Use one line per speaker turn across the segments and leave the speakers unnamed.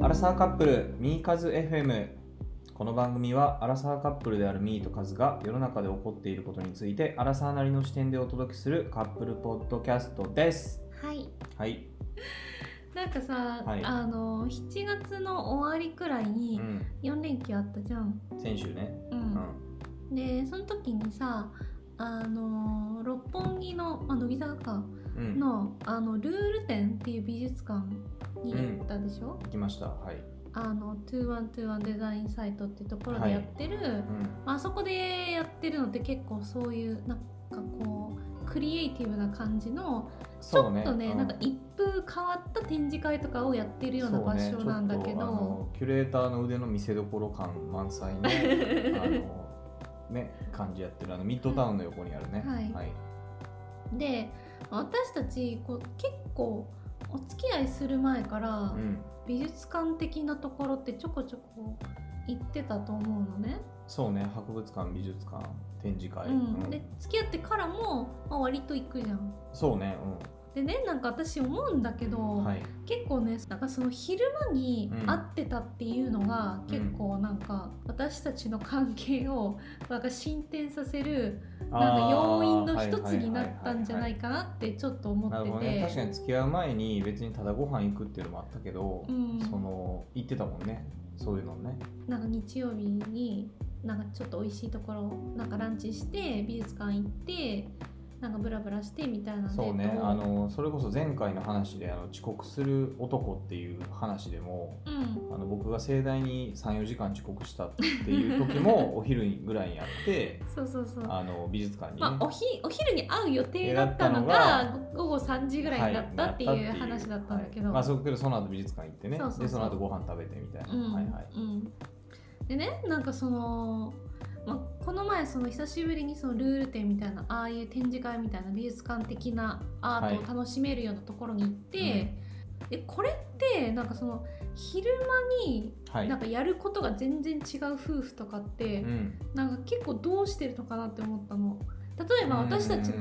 ラサーカップルミーカズ FM この番組はアラサーカップルであるミーとカズが世の中で起こっていることについてアラサーなりの視点でお届けするカップルポッドキャストです
はい
はい、
なんかさ、
はい
あの7月の終わりくらいうに
ん、
4連休あったじゃん、
先週ね、
う
うん
んでその時にさあの六本木の、まあ、乃木坂か
うん、
のあのルール展っていう美術館に行ったでしょ、
行きましたはい、
あの2121デザインサイトっていうところ
はい
でやってる、
うん、
まああそこでやってるのって結構そういうなんかこうクリエイティブな感じのち
そ
ょ
う
っ
ね
とね
う
なんか一風変わった展示会とかをやってるような場所なんだ
そ
け
うねちょっとあ
ど、
のキュレーターの腕の見せ所感満載 のあのね感じやってるあのミッドタウンの横にあるね
はい
はい、
で私たちこう結構お付き合いする前から
うん、
美術館的なところってちょこちょこ行ってたと思うのね、
そうね博物館美術館展示会、
うん、
うん
で付き合ってからも、まあ、割と行くじゃん
そうね
でねなんか私思うんだけど、
うんはい
結構ねなんかその昼間に
うん
会ってたっていうのが、
うん
結構なんか私たちの関係をなんか進展させるなん
あ
か
ー
要因の一つにな
はい
ったんじゃないかなってちょっと思
はいはいはいはいなるほ
っ
ど
てて、
ね確かに付き合う前に別にただご飯行くっていうのもあったけど、
うん
その行ってたもんねそういうのね
なんか日曜日になんかちょっと美味しいところなんかランチして美術館行ってなんかブラブラしてみたいな
そうね
デートを
あのそれこそ前回の話であの遅刻する男っていう話でも
うん
あの僕が盛大に34時間遅刻したっていう時 もお昼ぐらいにあって
そうそうそう
あの美術館にね、
まあ、おひお昼に会う予定だったの
だった
が午後3時ぐらいになったって
は
いう
な
話だったんだけど、
はいまあそうけどその後美術館行ってね
そうそうそう
でその後ご飯食べてみたいな、
うん
はいはい
うん、でねなんかその、まあ、この前その久しぶりにそのルール展みたいなああいう展示会みたいな美術館的なアートを楽しめるようなところに行って、
はいう
でこれってなんかその昼間に
はい
なんかやることが全然違う夫婦とかって、
うん
なんか結構どうしてるのかなって思ったの例えば
うん
私たち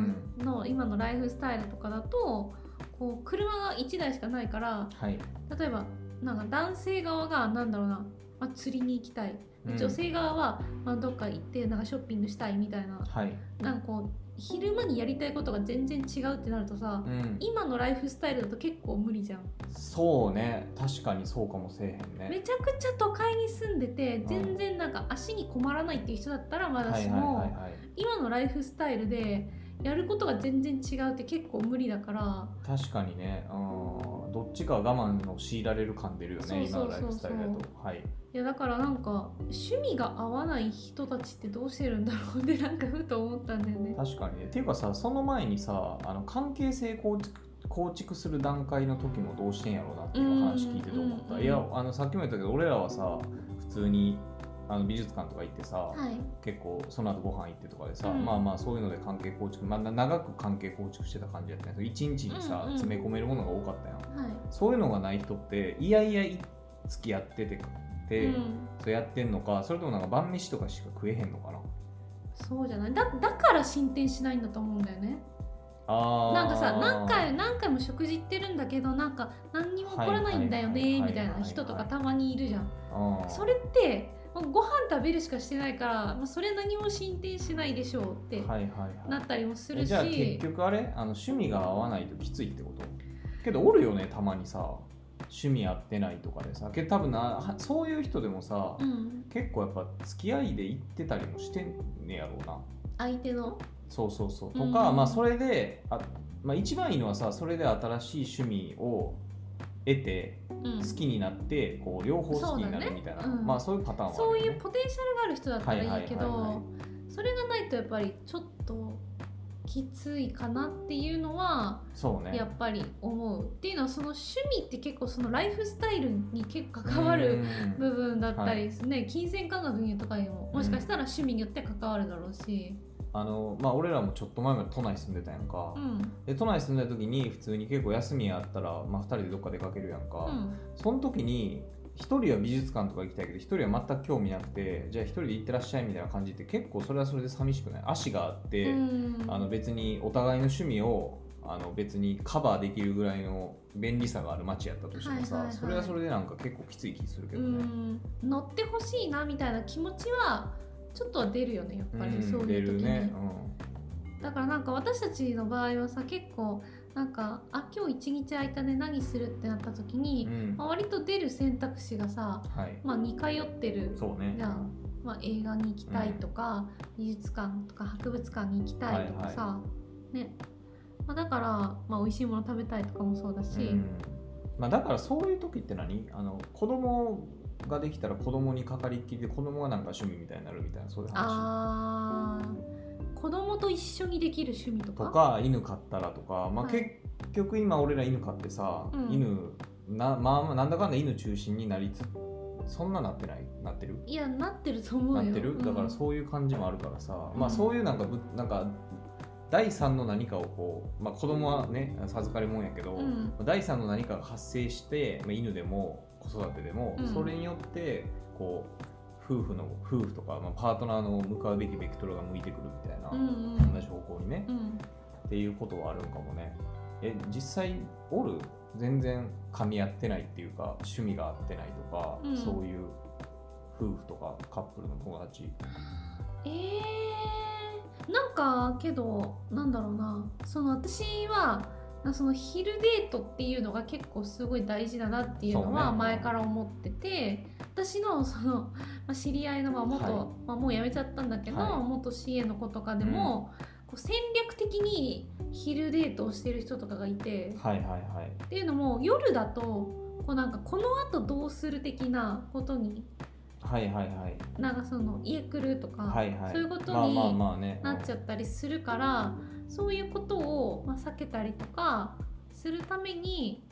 のの今のライフスタイルとかだとこう車が1台しかないから
はい
例えばなんか男性側がなんだろうな、まあ、釣りに行きたい
うん
女性側は、まあ、どっか行ってなんかショッピングしたいみたいな
はい、
なんかこう昼間にやりたいことが全然違うってなるとさ
うん、
今のライフスタイルだと結構無理じゃん
そうね確かにそうかもせえへん
め
ね
ちゃくちゃ都会に住んでて全然なんか足に困らないっていう人だったらまだしも、
はいはいはいはい
今のライフスタイルでやることが全然違うって結構無理だから
確かにねうんどっちか我慢の強いられる感出るよね
そうそうそうそ
今の
う
ライフスタイルだとはい
いやだからなんか趣味が合わない人たちってどうしてるんだろうって なんかふと思ったんだよね。
確かにねっていうかさその前にさあの関係性構築構築する段階の時もどうしてんやろうなっていう話聞いてて思った、
うんうんうん
いやあのさっきも言ったけど俺らはさ普通にあの美術館とか行ってさ、
はい、
結構その後ご飯行ってとかでさ、
うん
まあまあそういうので関係構築、まあ、な長く関係構築してた感じやったんやけど一日にさ、
うんうん
詰め込めるものが多かったやん
はい
そういうのがない人っていやいや付き合っててて、
うん、
そうやってんのかそれともなんか晩飯とかしか食えへんのかな
そうじゃないだだから進展しないんだと思うんだよね
あー
なんかさ何回何回も食事行ってるんだけどなんか何にも起こらないんだ
はいは
よね
いはい
みたいな人とかたまにいるじゃん
あー
それってもうご飯食べるしかしてないからまあそれ何も進展しないでしょうって
はいはい
な
は
ったりもす
い
るし、
じゃあ結局あれあの趣味が合わないときついってことけどおるよねたまにさ趣味合ってないとかでさけど多分なはそういう人でもさ、
うん、
結構やっぱ付き合いで行ってたりもしてんねやろうな
相手の
そうそうそうと
うん
か、まあそれであ、まあ、一番いいのはさそれで新しい趣味を得て
うん
好きになってこう両方好きにな
そうだ
る
ね
みたいな、
うん
まあそういうパターンは
そう
ある
い
よ
う
ね
ポテンシャルがある人だったらいいけ
はいはいはい
どそれがないとやっぱりちょっときついかなっていうのは
そうね
やっぱり思うっていうのはその趣味って結構そのライフスタイルに結構関わる
うん
部分だったりですね、金銭感覚にとかにももしかしたら趣味によって関わるだろうし、
あのまあ俺らもちょっと前まで都内住んでたやんか、
うん
で都内住んでた時に普通に結構休みあったら、まあ、2人でどっか出かけるやん
う
か、
ん
その時に一人は美術館とか行きたいけど一人は全く興味なくてじゃあ一人で行ってらっしゃいみたいな感じって結構それはそれで寂しくない足があって、
うん
あの別にお互いの趣味をあの別にカバーできるぐらいの便利さがある街やったとしてもさ、
はいはいはい
それはそれでなんか結構きつい気するけ
う
どね。
ん乗ってほしいなみたいな気持ちはちょっとは出るよねやっぱり、そう
出
いう時
る
に、
ね。
だからなんか私たちの場合はさ結構なんかあ今日一日空いたね何するってなった時
う
に
ん、うん
まあ、割と出る選択肢がさ、
はい。
まあ、似通ってる
そうね。
じゃあまあ、映画に行きたいとか、美術館とか博物館に行きたいとかさ、ねまあ、だから、まあ、美味しいもの食べたいとかもそうだし、
うんまあ、だからそういう時って何あの子供ができたら子供にかかりっきりで子供がなんか趣味みたいになるみたいなそういう話
あー子供と一緒にできる趣味とか
とか犬飼ったらとか、まあ、
はい
結局今俺ら犬飼ってさ、
うん
犬な,、まあまあ、なんだかんだ犬中心になりつそんななってないなってる
いやなってると思う
な
よ
ってるだから
う
そういう感じもあるからさ、
うん
まあそういうなんかぶなんか第三の何かをこう、まあ、子供はね授かりもんやけど、
うん
第三の何かが発生して、まあ、犬でも子育てでも、
うん
それによってこう夫婦の夫婦とか、まあ、パートナーの向かうべきベクトルが向いてくるみたいな、
んうん
同じ方向にね、
うん、うん
っていうことはあるんかもねえ実際おる全然噛み合ってないっていうか趣味が合ってないとか、
うん
そういう夫婦とかカップルの友達
えー、なんかけどなんだろうなその私はなその昼デートっていうのが結構すごい大事だなっていうの
そう
は
ね
前から思ってて、私のその、まあ、知り合いの、まあ元
はい
まあ、もう辞めちゃったんだけど、
はい
元 CA の子とかでも、こう戦略的に昼デートをしてる人とかがいて
はいはいはい。
っていうのも夜だとこうなんかこのあとどうする的なことに
はいはいはい。
なんかその家来るとか、
はいはい。
そういうことに、
まあまあまあね。
なっちゃったりするからそういうことを、まあ、避けたりとかするために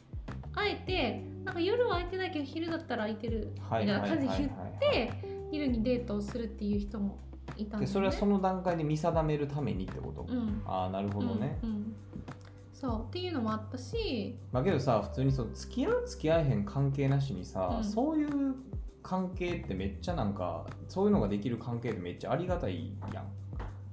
あえてなんか夜は空いてないけど昼だったら空いてるみた
はいいはい
な
はいはい
感じ
は
で
い
言って昼にデートをするっていう人もいたん
で
です
そ
ね。
れはその段階で見定めるためにってこと、
うん
ああなるほどね、
うんうんそうっていうのもあったし
まあけどさ普通にその付き合う付き合えへん関係なしにさ、
うん
そういう関係ってめっちゃなんかそういうのができる関係ってめっちゃありがたいやん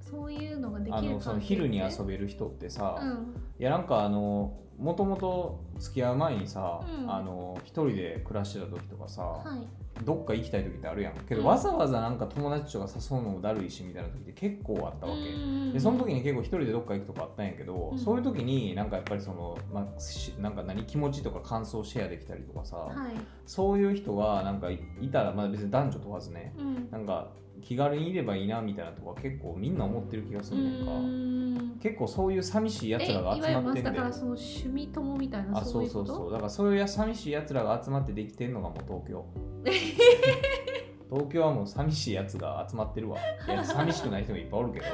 そういうのができる
あのその昼に遊
ぶ、
べる人ってさ、
うん
いやなんかあのもともと付き合う前にさ、
うん
あの一人で暮らしてた時とかさ、
はい、
どっか行きたい時ってあるやんけど、
うん
わざわざなんか友達とか誘うのもだるいしみたいな時って結構あったわけ、
け
でその時に結構一人でどっか行くとかあったんやけど、
うん
そういう時になんかやっぱりその、まあ、しなんか何気持ちとか感想をシェアできたりとかさ、
はい、
そういう人がなんかいいたら、まあ、別に男女問わずね
うん
なんか気軽にいればいいなみたいなとか結構みんな思ってる気がするねんか、
うん
結構そういう寂しいやつらが集
えいわゆ
まっ
る
てん
だ
で
からその趣味友みたいな
あそう
いう
そ
こ
う
と
そうだからそういう寂しいやつらが集まってできてんのがもう東京東京はもう寂しいやつが集まってるわいや寂しくない人もいっぱいおるけど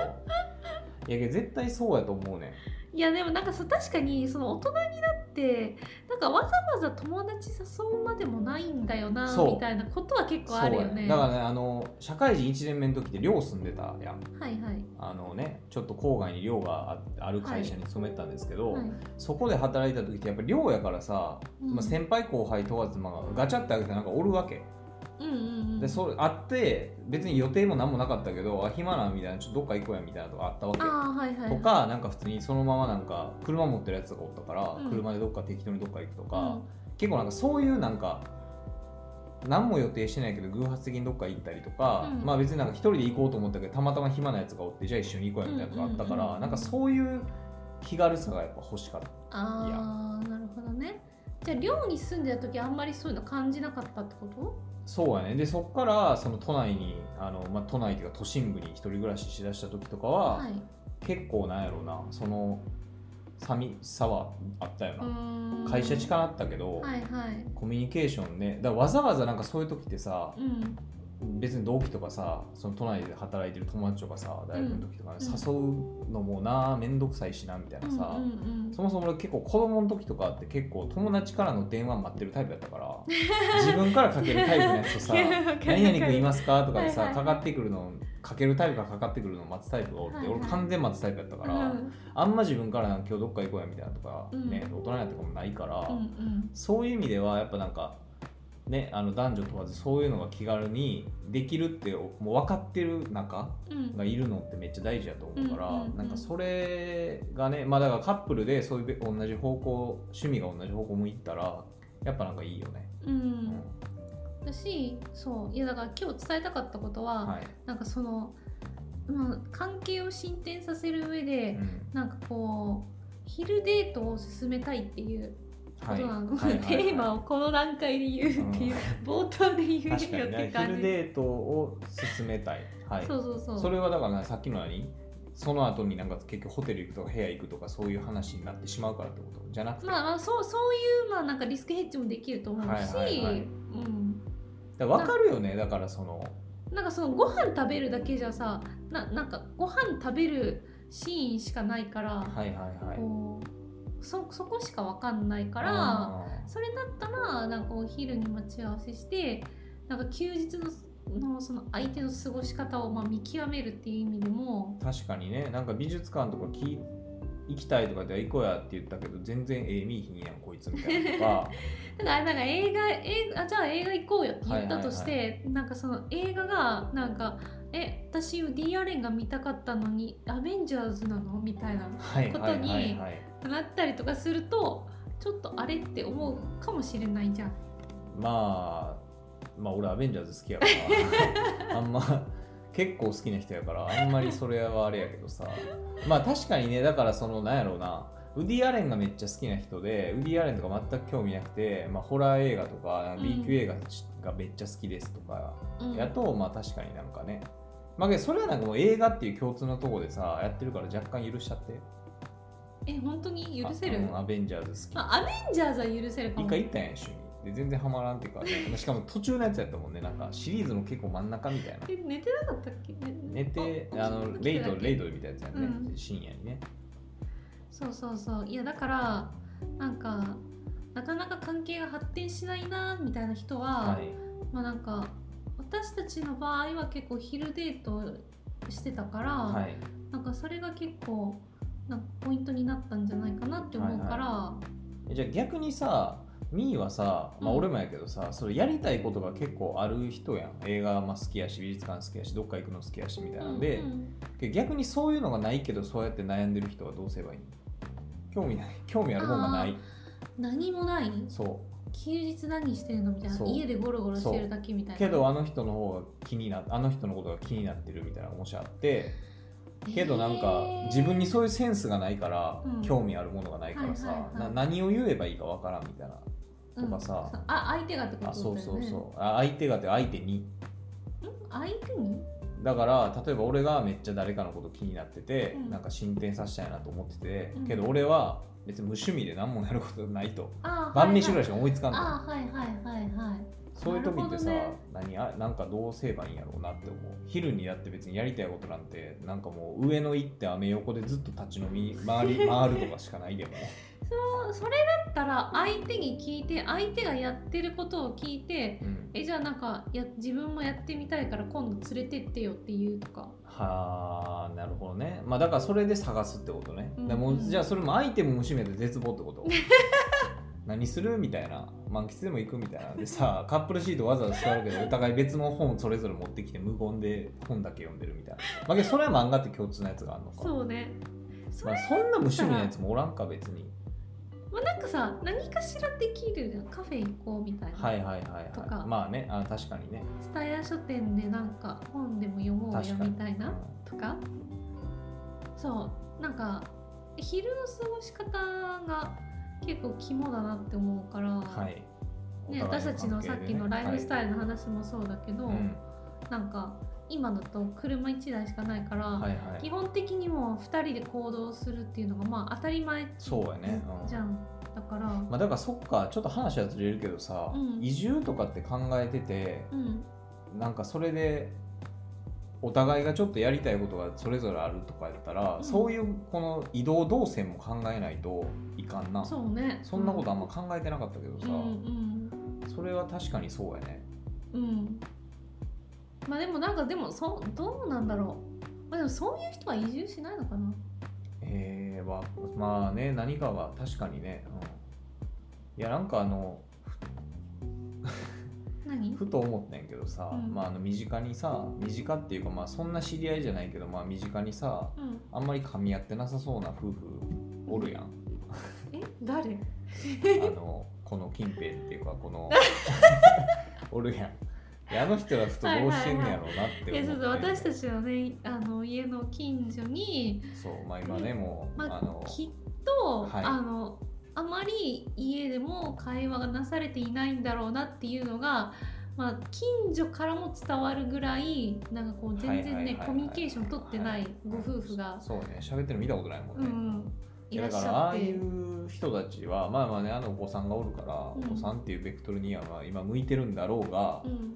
いやけど絶対そうやと思うねん
いやでもなんかそう確かにその大人になってなんかわざわざ友達誘うまでもないんだよな
そう
みたいなことは結
そ
構
う
あるよ
やね
ね。
だからねあの社会人1年目の時って寮住んでたやん
はいはい。
あのねちょっと郊外に寮があある会社に勤めてたんですけど、
はい
そこで働いた時ってやっぱり寮やからさ、
うん
まあ、先輩後輩問わず、まあ、ガチャって開けたらなんかおるわけ、
うんうんうん。
でそれあって別に予定も何もなかったけどあ暇なみたいなちょっとどっか行こうやみたいなとかあったわけ
ああはいはい。
とかなんか普通にそのままなんか車持ってるやつがおったから、
うん
車でどっか適当にどっか行くと
う
か、
ん
結構なんかそういうなんか何も予定してないけど偶発的にどっか行ったりとか、
うん
まあ別になんか一人で行こうと思ったけどたまたま暇なやつがおってじゃあ一緒に行こうやみたいなのがあったから、
うんうんうん
なんかそういう気軽さがやっぱ欲しかった
ああなるほどね。じゃあ寮に住んでた時あんまりそういうの感じなかったってこと？
そうやねでそっからその都内にあの、まあ、都内というか都心部に一人暮らししだした時とかは、
はい。
結構なんやろうなその寂しさはあったよ
う
な、
ーん
会社近なったけど、
はいはい。
コミュニケーションねだからわざわざなんかそういう時ってさ
うん
別に同期とかさその都内で働いてる友達とかさ大学の時とか、ね
うん
誘うのもな面倒くさいしなみたいなさ、
うんうんうん
そもそも俺結構子供の時とかって結構友達からの電話待ってるタイプだったから 自分からかけるタイプのやつとさ
いや わかるわ
「
かる
何々君いますか?」とかで
は
さ
いは
か
い
かってくるのかけるタイプかかかってくるのを待つタイプがおって、
はいはい
俺完全待つタイプやったから、
うん
あんま自分からなんか今日どっか行こうやみたいなとか、
うん
ね大人になってからもないから、
うんうん。
そういう意味ではやっぱなんかね、あの男女問わずそういうのが気軽にできるってもう分かってる中
うん
がいるのってめっちゃ大事やと思うから、
うんうんうん
なんかそれがねまあだからカップルでそういうべ同じ方向趣味が同じ方向向いたらやっぱなんかいいよね。
う
うん
んだしそういやだから今日伝えたかったことは、
はい
なんかその、まあ、関係を進展させる上で、
うん
なんかこう昼デートを進めたいっていうこ
は
と
い
なの、
はいはいはい
テーマをこの段階で言うっていう、冒頭で言うよっ
確かに
て
ね
感
昼
じ、
デートを進めたい、はい、
そうそうそう
それはだから、さっきの何その後になんか結局ホテル行くとか部屋行くとかそういう話になってしまうからってことじゃなくて、
まあまあそうそういうまあなんかリスクヘッジもできると思うし、
はいはいはい
うん、
だから分かるよねだからその
なんかそのご飯食べるだけじゃさななんかご飯食べるシーンしかないから、
はいはいはい
こうそそこしかわかんないから。
あ
それだったらなんかお昼に待ち合わせしてなんか休日ののその相手の過ごし方をまあ見極めるっていう意味でも
ー確かにねなんか美術館とかき行きたいとかって行こうやって言ったけど全然ええ見いひんやんこいつみたいな とか
だからなんか映画映画あじゃあ映画行こうよって言ったとして、
は
なんかその映画がなんかえ私ウディ・アレンが見たかったのにアベンジャーズなのみたいな
はい
こ
は
と
い
に
はいはい
なったりとかするとちょっとあれって思うかもしれないじゃん。
まあまあ俺アベンジャーズ好きやから あんま結構好きな人やからあんまりそれはあれやけどさまあ確かにねだからそのなんやろうなウディ・アレンがめっちゃ好きな人でウディ・アレンとか全く興味なくて、まあ、ホラー映画とか
うん
B 級映画がめっちゃ好きですとか
うん
やと、まあ確かになんかねまあけどそれはなんかもう映画っていう共通のとこでさやってるから若干許しちゃって
え本当に許せる
あうんアベンジャーズ好き
あアベンジャーズは許せるか
一
も。
回行ったんやん一緒にで全然ハマらんっていうか、しかも途中のやつやったもんねなんかシリーズの結構真ん中みたいな
え寝てなかったっけね
寝て
あ
あのレイ
起きてた
ド
っけ
レイドみたいなやつやんね、
うん
深夜にね
そうそうそういやだからなんかなかなか関係が発展しないなみたいな人は、
はい
まあなんか私たちの場合は結構昼デートしてたから、
はい
なんかそれが結構なんかポイントになったんじゃないかなって思うから、
えじゃあ逆にさミーはさ、まあ、
うん
俺もやけどさ、それやりたいことが結構ある人やん映画まあ好きやし美術館好きやしどっか行くの好きやしみたいなんで、
うんうん
けど逆にそういうのがないけどそうやって悩んでる人はどうすればいいの興味ない 興味ある方がない
何もない
そう
休日何してるのみたいな
そう
家でゴロゴロしてるだけみたいな
けどあの人の方が気になあの人のことが気になってるみたいなのがもしあってけどなんか
えー
自分にそういうセンスがないから、
うん
興味あるものがないからさ、
はいはいはい
な何を言えばいいかわからんみたいな
うん
とかさ
そうあ相手がってことだ
あ
よね
そうそうそうあ相手がって相手に
ん相手に
だから例えば俺がめっちゃ誰かのこと気になってて、
うん
なんか進展させたいなと思ってて、
うん
けど俺は別に無趣味で何もやることないと
あー
晩飯
はい
ぐら
はい
いしか思いつかんの、
あーはいはいはいはい
そういう時ってさ、
なるほ
何あなんかどうすればいいんやろうなって思う昼にやって別にやりたいことなんてなんかもう上の行ってアメ横でずっと立ち飲み回り回るとかしかないでも
そうそれだったら相手に聞いて相手がやってることを聞いて
うん
えじゃあなんかや自分もやってみたいから今度連れてってよって言うとか
はあなるほどねまあだからそれで探すってことね、
うん
でもじゃあそれも相手も無視めで絶望ってこと 何するみたいな満喫でも行くみたいなでさカップルシートわざわざ座るけどお互い別の本それぞれ持ってきて無言で本だけ読んでるみたいな、まあ、けどそれは漫画って共通のやつがあるのか
そうねそ
ま
れ
あ、そんな無趣味なやつもおらんか別に
まあ、なんかさ何かしらできるじゃんカフェ行こうみたいな、
はいはいはいはい
とか
まあねあ確かにね
スタヤ書店でなんか本でも読もうよ
確かに
みたいな
う
とかそうなんか昼の過ごし方が結構肝だなって思うから、
んはい
ね、私たちのさっきのライフス
イ
タイルの話もそうだけど、
はいうん
なんか今だと車1台しかないから、
はいはい
基本的にも2人で行動するっていうのがまあ当たり前
そうやね、うん
じゃんだから、
まあ、だからそっかちょっと話はずれるけどさ、
うん
移住とかって考えてて
うん
なんかそれでお互いがちょっとやりたいことがそれぞれあるとかやったら、
うん
そういうこの移動動線も考えないといかんな
そうね
そんなことあんま考えてなかったけどさ
う、ん
それは確かにそうやね
うんうんまあでもなんかでもそうどうなんだろうまあでもそういう人は移住しないのかな
えー、わまあね何かは確かにね、うん、いやなんかあの
何
ふと思ったんやけどさ、
うん
まあ、あの身近にさ身近っていうか、まあ、そんな知り合いじゃないけど、まあ、身近にさ
うん
あんまり噛み合ってなさそうな夫婦おるや ん
え誰
あのこの近辺っていうかこ のおるやんいやあの人らふとどうしてんねやろうなって
いやちょ
思
っ
っ
と
て
私たちのねあの家の近所に、
そうまあ今ねもう、
ま
あの
あ、きっと、
はい
あのあまり家でも会話がなされていないんだろうなっていうのが、まあ、近所からも伝わるぐらいなんかこう全
は
然
いはいはい
ね
はい
コミュニケーション取ってないご夫婦が、
そうね喋ってるの見たことないもん
う
ね、
ん、
い
い
や
らっ
だ
し
からあ
ゃっ
あい
て。
う人たちはまあまあねあのお子さんがおるから、
うん
お子さんっていうベクトルにはまあ今向いてるんだろうが、
うん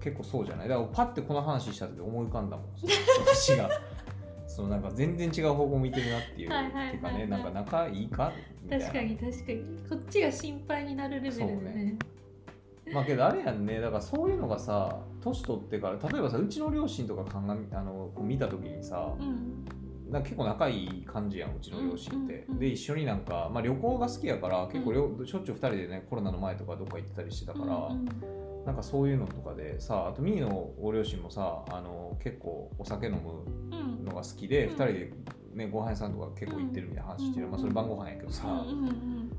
結構そうじゃないだからパッてこの話した時思い浮かんだもん 私がそのなんか全然違う方向向いてるなっていう
はいはいはいはい
てかねなんか仲いいかみたいな
確かに確かにこっちが心配になるレベルで
そう
ね
ねまあけどあれやんねだからそういうのがさ年取ってから例えばさうちの両親とか考えあの見た時にさ
うん
なんか結構仲いい感じやんうちの両親って、
うんうんうん
で一緒になんか、まあ、旅行が好きやから結構りょ、しょっちゅう2人でねコロナの前とかどっか行ってたりしてたから、
うんうん
なんかそういうのとかでさあとミーのご両親もさあの結構お酒飲む
うん
のが好きで、
う
2
ん
人で、ね、ご飯屋さんとか結構行ってるみたいな話してる、
うん
まあ、それ晩ご飯やけどさ、
うんうんうん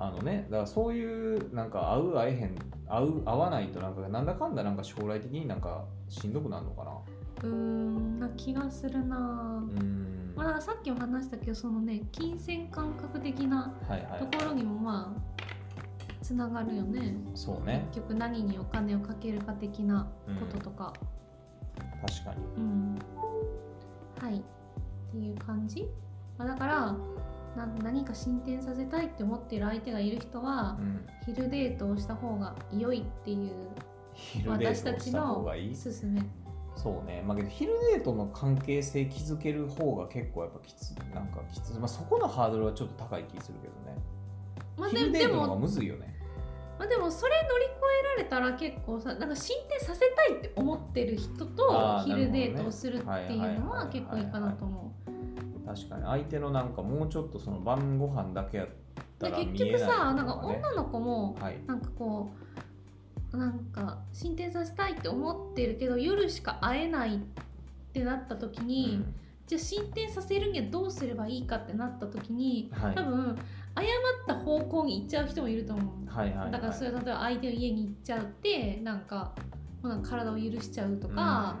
あのねだからそういうなんか合う合えへん合う合わないとなんかなんだかんだなんか将来的になんかしんどくなるのかな
うーんな気がするな
うーん
まあ、さっきも話したけどそのね金銭感覚的な
はいはい
ところにもまあつながるよね
そうね
結局何にお金をかけるか的なこととか、
確かに
うんはいっていう感じ、まあ、だからな何か進展させたいって思ってる相手がいる人は
う、ん
昼デートをした方が良いっていう
昼デ
私
ー
た
トを
ち
した方
の
がいい
勧め
そうね、まあ、けど昼デートの関係性築ける方が結構やっぱきつなんかきつ、まあ、そこのハードルはちょっと高い気するけどね、
まあで
昼デ
で
ートの方
も
がむずいよね
まあでもそれ乗り越えられたら結構さなんか進展させたいって思ってる人と
あー
昼デー
なるほどね
トをするっていうの
はいはいはいは
はい結構いいかなと思
確かに相手のなんかもうちょっとその晩ご飯だけやっ
う。
た
で
ら
結
見えない
局
と
さなんか
かね
女の子も
はい
なんかこうなんか進展させたいって思ってるけど夜しか会えないってなった時に、じゃあ進展させるにはどうすればいいかってなった時に
うんはい
多分誤った方向に行っちゃう人もいると思う。
はいはいはい
だからそれ例えば相手の家に行っちゃってなんかもうなんか体を許しちゃうとか、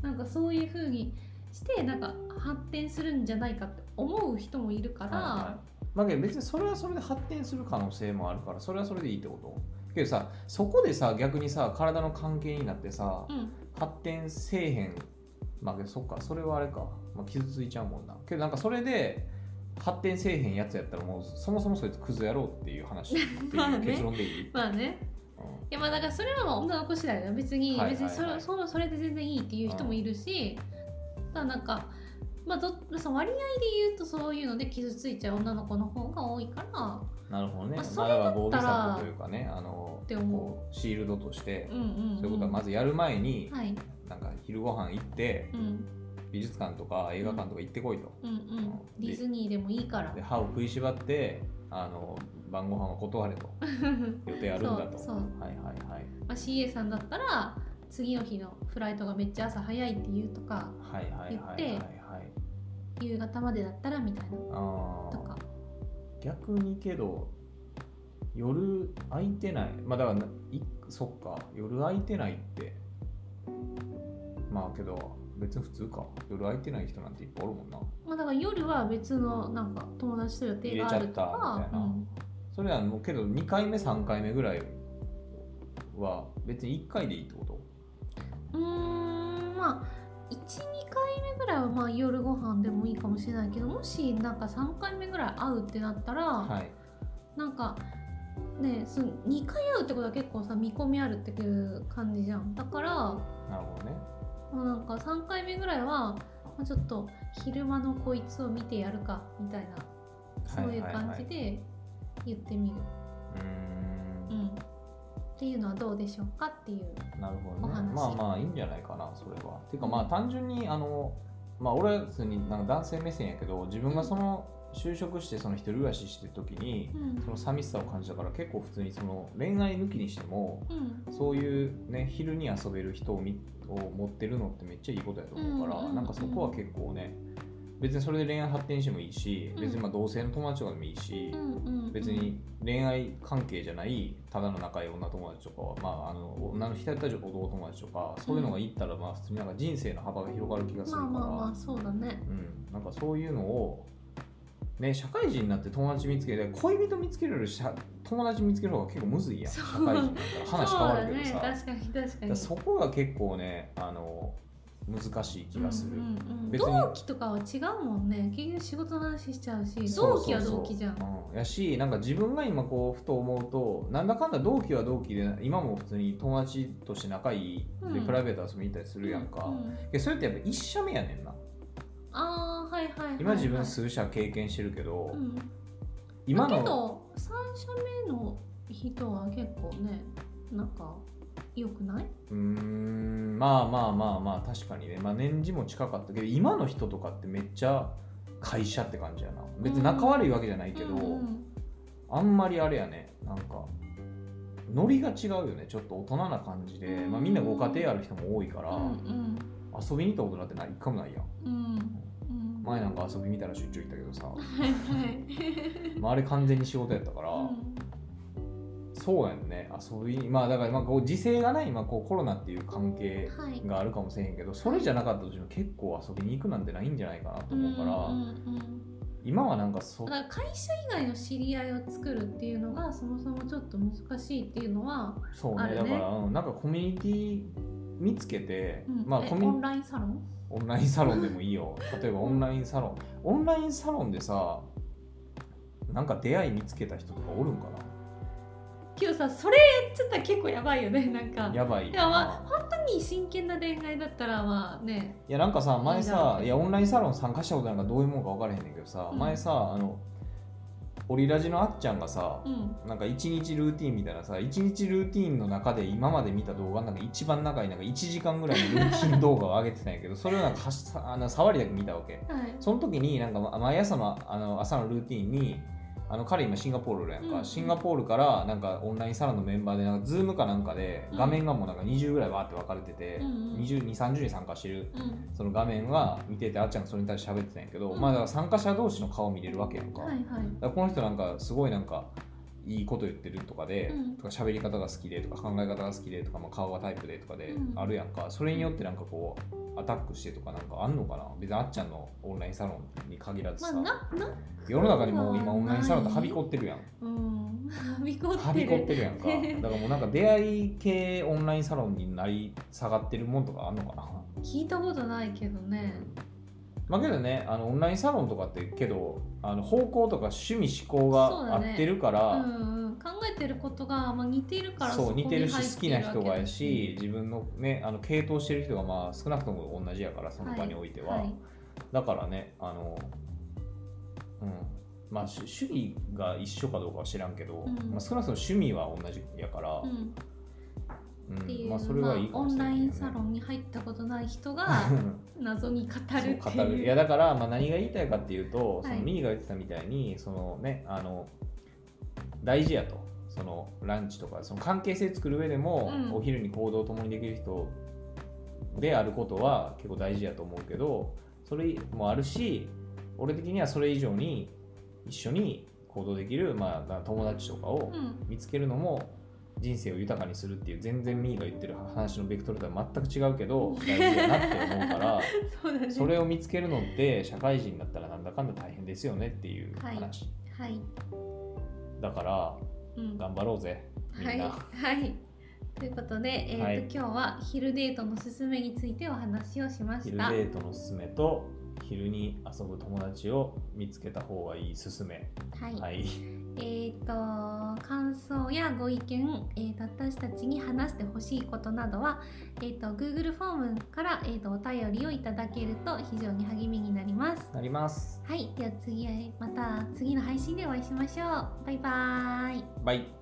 なんかそういう風にしてなんか発展するんじゃないかって思う人もいるか
うん
ら、
はいはいまあけど別にそれはそれで発展する可能性もあるからそれはそれでいいってことけどさそこでさ逆にさ体の関係になってさ、
うん、
発展せえへんまあけどそっかそれはあれか、まあ、傷ついちゃうもんなけどなんかそれで発展せえへんやつやったらもうそもそもそいつクズやろうっていう話って
まあ
いう
ね
結論でいい、
まあねいやまあだからそれはまあ女の子次第だよ別に、
はいはいはい
別にそれそうそれで全然いいっていう人もいるし、ただなんかまあどその割合で言うとそういうので傷ついちゃう女の子の方が多いから
うんなるほどね、
まあ
まあ、
それ
だ
だ
か
ったら
ら防御策というかねあの
って思う
こうシールドとして
う、んうん、うん、
そういうことはまずやる前に、
はい、
なんか昼ご飯行って
うん
美術館とか映画館とか行ってこいと、
うんうん、ディズニーでもいいから
で歯を食いしばってあの晩ご飯は断れと予定あるんだと
そうそう
はいはいはい
まあ、CA さんだったら次の日のフライトがめっちゃ朝早いっていうとか
はいはいはいはい
言
は
っ
い
て夕方までだったらみたいな
あー
とか
逆にけど夜空いてないまあだからないそっか夜空いてないってまあけど別に普通か夜空いてない人なんていっぱいおるもんな
まあだから夜は別のなんか友達と予定があると
入れちゃ
か
ったみたいなそれはもうけど2回目3回目ぐらいは別に1回でいいってこと
うんうーんまあ12回目ぐらいはまあ夜ご飯でもいいかもしれないけどもしなんか3回目ぐらい会うってなったら、
はい
なんかねその2回会うってことは結構さ見込みあるっていう感じじゃんだから
なるほどね
もうなんか3回目ぐらいは、まあ、ちょっと昼間のこいつを見てやるかみたいなそういう感じ
う
で言ってみる、
ーん
うん、っていうのはどうでしょうかっていう
なる
お
ほどね
話
まあまあいいんじゃないかなそれはていうかまあ単純にあのまあ俺は普通になんか男性目線やけど自分がその就職してその一人暮らししてる時に
うん
その寂しさを感じたから結構普通にその恋愛抜きにしても
うん
そういうね昼に遊べる人をみを持ってるのってめっちゃいいことやと思うから、
うんうんうん
なんかそこは結構ね別にそれで恋愛発展してもいいし
うん
別にまあ同性の友達とかでもいいし、
うんうん
別に恋愛関係じゃないただの仲良い女友達とかは、まあ、あの女の人やったら男友達とかそういうのがいったらまあ普通になんか人生の幅が広がる気がする
ま
か
あ
ら、
まあまあそうだね
うん、なんかそういうのを、ね、社会人になって友達見つけて恋人見つけるよりしゃ友達見つける方が結構むずいやん
そ
社
う
会人だったら話変わるけど
そ
さ
うだね確かに確か
だ
に
からそこが結構ねあの難しい気がする。
うんうんうん
別に
同期とかは違うもんね結局仕事の話しちゃうし同期は同期じゃん
そうそうそううんやしなんか自分が今こうふと思うとなんだかんだ同期は同期で今も普通に友達として仲いいで、
うん
プライベート遊びに行ったりするやんか、
ううん
でそれってやっぱ一社目やねんな
ああはいはいはい、はい、
今自分数社経験してるけど、
うん、
今
だ
の
けど3社目の人は結構ねなんか良くないう
ーんまあまあまあまあ確かにね、まあ、年次も近かったけど今の人とかってめっちゃ会社って感じやな別に仲悪いわけじゃないけど、
うんうん
あんまりあれやねなんかノリが違うよねちょっと大人な感じで、まあ、みんなご家庭ある人も多いから、
うん
遊びに行ったことなんてない一回もないやん
うんうんうん
前なん
か
か遊び見たら出張行ったけどさ、
はいはい
まあ、あれ完全に仕事やったから、
うん
そうやんね遊びにまあだからまあこう時勢がない今こうコロナっていう関係
はい
があるかもしれへんけどそれじゃなかったとしても結構遊びに行くなんてないんじゃないかなと思うから、
うんうんうん
今はなんかそ
だから会社以外の知り合いを作るっていうのがそもそもちょっと難しいっていうのは、
そうね
ある
だ
ね
から、うん、なんかコミュニティ見つけて、
うん
まあ
え
コミ
オ
ュニ
ンラインサロン
オンラインサロンでもいいよ例えばオンラインサロンオンラインサロンでさなんか出会い見つけた人とかおるんか
今日さそれやっちゃったら結構やばいよねなんか
なやばいよ
いや
な
ま本当に真剣な恋愛だったらまあね
いやなんかさ前さ
いいない
やオンラインサロン参加したことなんかどういうもんか分からへんねんけどさ、
うん
前さあのオリラジのあっちゃんがさ、
うん
なんか一日ルーティンみたいなさ一日ルーティンの中で今まで見た動画の中で一番長いなんか1時間ぐらいのルーティン動画を上げてたんやけどそれをなんかはしあの触りだけ見たわけ
はい
その時になんかま毎朝のあの朝のルーティンにあの彼今シンガポールおるやんか、
うん
シンガポールからなんかオンラインサロンのメンバーでなんかズームかなんかで
うん
画面がもうなんか20ぐらいわーって分かれてて、
うんうん
20 2 3 0人参加してる
うん
その画面が見ててあっちゃんがそれに対して喋ってたんやけど、
うん
まあだから参加者同士の顔見れるわけやんか、
はいはい
だからこの人なんかすごいなんかいいこと言ってるとかで、
うん
とか喋り方が好きでとか考え方が好きでとか、まあ、顔がタイプでとかで
うん
あるやんか、それによってなんかこうアタックしてとかなんかあんのかな別にあっちゃんのオンラインサロンに限らず
まあ
さ、
なな
世の中にもう今オンラインサロンってはびこってる やん
うんはびこってる
はびこってるやんかだからもうなんか出会い系オンラインサロンになり下がってるもんとかあんのかな
聞いたことないけどね
まあけどねあのオンラインサロンとかってけどあの方向とか趣味思考が合ってるか
う
ら、
んうん考えてることがまあ似てるから
そう
こに
似てるし
入っ
好きな人がや
て
し自分のねあの系統してる人がまあ少なくとも同じやからその場において
る
は、
わけはい
だからねあのうんまあし趣味が一緒かどうかは知らんけど、
うん
まあ、少なくとも趣味は同じやから、
う
う
ん
ん
っていう
まあ、それはいいか
まあオ
もし
ン
れな
ラ
い
イ
けどね、
ンサロンに入ったことない人が謎に語る
そう
って
語る
いう
いやだから、まあ、何が言いたいかっていうと、その
はい
ミーが言ってたみたいにそのねあの大事やとそのランチとかその関係性作る上でも、
うん
お昼に行動を共にできる人であることは結構大事やと思うけどそれもあるし俺的にはそれ以上に一緒に行動できる、まあ、友達とかを
うん
見つけるのも人生を豊かにするっていう全然ミーが言ってる話のベクトルとは全く違うけど大事やなって思う から。
そうだね
それを見つけるのって社会人だったらなんだかんだ大変ですよねっていう話、
ははい
だから
うん
頑張ろうぜみ
は
ん
い、
な、
はい。ということで、えーと
はい
今日は昼デートのすすめについてお話をしまし
昼デ
た。
ートのすすめと昼に遊ぶ友達を見つけた方がいいすすめ
はい、
はい
えっ、と感想やご意見、えーと私たちに話してほしいことなどは、えーと Google フォームからえーとお便りをいただけると非常に励みになります。
なります
はい、では次へまた次の配信でお会いしましょう。バイバーイ。
バイ